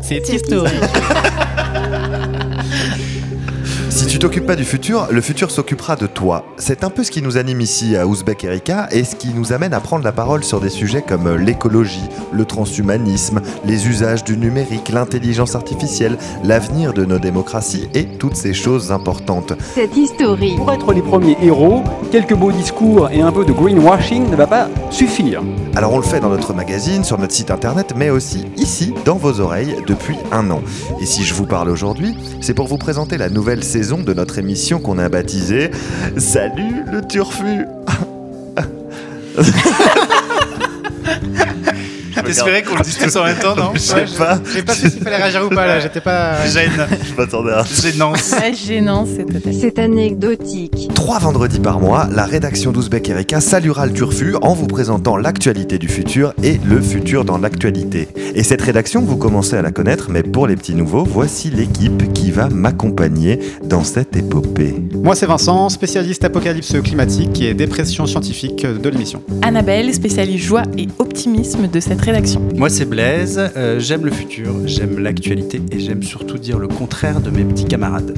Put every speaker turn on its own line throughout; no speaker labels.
C'est historique.
Si tu t'occupes pas du futur, le futur s'occupera de toi. C'est un peu ce qui nous anime ici à Ouzbek Erika et ce qui nous amène à prendre la parole sur des sujets comme l'écologie, le transhumanisme, les usages du numérique, l'intelligence artificielle, l'avenir de nos démocraties et toutes ces choses importantes.
C'est historique.
Pour être les premiers héros, quelques beaux discours et un peu de greenwashing ne va pas suffire.
Alors on le fait dans notre magazine, sur notre site internet, mais aussi ici, dans vos oreilles, depuis un an. Et si je vous parle aujourd'hui, c'est pour vous présenter la nouvelle saison de notre émission qu'on a baptisée Salut le turfu
T'espérais qu'on le dise tous en même temps, non
Je sais pas.
J'ai pas su s'il fallait réagir ou pas là, j'étais pas. Gêne.
Je m'attendais à
Gênance.
Ouais, gênant, c'est total.
C'est anecdotique.
Trois vendredis par mois, la rédaction d'Ouzbek Erika saluera le Turfu en vous présentant l'actualité du futur et le futur dans l'actualité. Et cette rédaction, vous commencez à la connaître, mais pour les petits nouveaux, voici l'équipe qui va m'accompagner dans cette épopée.
Moi c'est Vincent, spécialiste apocalypse climatique et dépression scientifique de l'émission.
Annabelle, spécialiste joie et optimisme de cette rédaction.
Moi c'est Blaise, euh, j'aime le futur, j'aime l'actualité et j'aime surtout dire le contraire de mes petits camarades.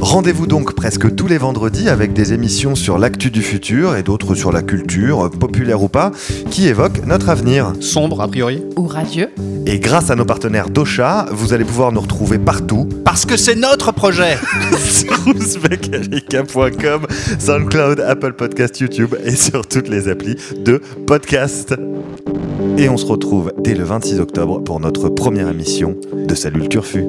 Rendez-vous donc presque tous les vendredis avec des émissions sur l'actu du futur et d'autres sur la culture, euh, populaire ou pas, qui évoquent notre avenir.
Sombre a priori.
Ou radieux.
Et grâce à nos partenaires d'Ocha, vous allez pouvoir nous retrouver partout
Parce que c'est notre projet
sur ouzbekerika.com, SoundCloud, Apple Podcast, YouTube et sur toutes les applis de podcast. Et on se retrouve dès le 26 octobre pour notre première émission de Salut le Turfu.